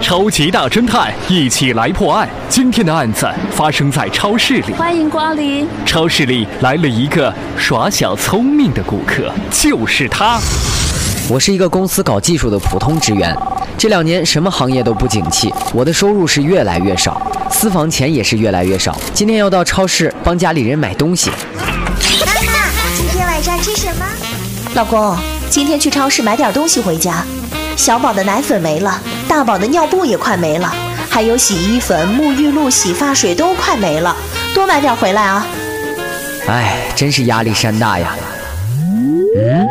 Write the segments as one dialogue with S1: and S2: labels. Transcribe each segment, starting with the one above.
S1: 超级大侦探，一起来破案。今天的案子发生在超市里，
S2: 欢迎光临。
S1: 超市里来了一个耍小聪明的顾客，就是他。
S3: 我是一个公司搞技术的普通职员，这两年什么行业都不景气，我的收入是越来越少，私房钱也是越来越少。今天要到超市帮家里人买东西，
S4: 妈妈，今天晚上吃什么？
S5: 老公，今天去超市买点东西回家。小宝的奶粉没了，大宝的尿布也快没了，还有洗衣粉、沐浴露、洗发水都快没了，多买点回来啊！
S3: 哎，真是压力山大呀。嗯，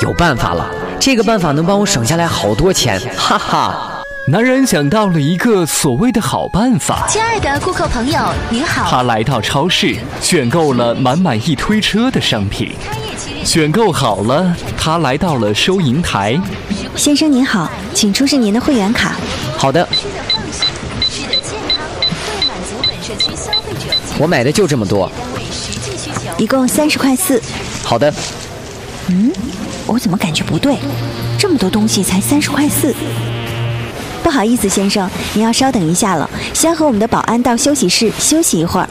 S3: 有办法了，这个办法能帮我省下来好多钱，哈哈。
S1: 男人想到了一个所谓的好办法，
S2: 亲爱的顾客朋友，您好，
S1: 他来到超市，选购了满满一推车的商品。选购好了，他来到了收银台。
S6: 先生您好，请出示您的会员卡。
S3: 好的，
S2: 吃的放心，吃的健康，为满足本社区消费者及
S3: 我买的就这么多。
S2: 单位实际需求。
S6: 一共三十块四。
S3: 好的，
S6: 我怎么感觉不对？这么多东西才三十块四。不好意思，先生，您要稍等一下了，先和我们的保安到休息室休息一会儿。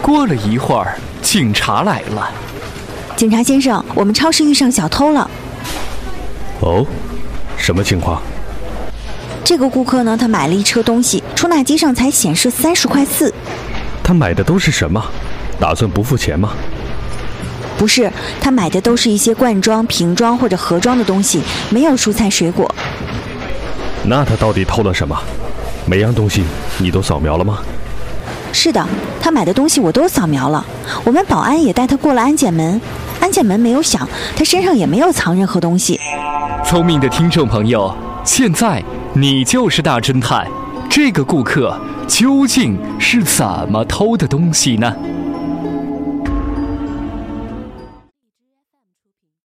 S1: 过了一会儿，警察来了。
S6: 警察先生，我们超市遇上小偷了。
S7: 哦，什么情况？
S6: 这个顾客呢，他买了一车东西，出纳机上才显示三十块四。
S7: 他买的都是什么？打算不付钱吗？
S6: 不是，他买的都是一些罐装、瓶装或者盒装的东西，没有蔬菜水果。
S7: 那他到底偷了什么？每样东西你都扫描了吗？
S6: 是的，他买的东西我都扫描了，我们保安也带他过了安检门，安检门没有响，他身上也没有藏任何东西。
S1: 聪明的听众朋友，现在你就是大侦探，这个顾客究竟是怎么偷的东西呢？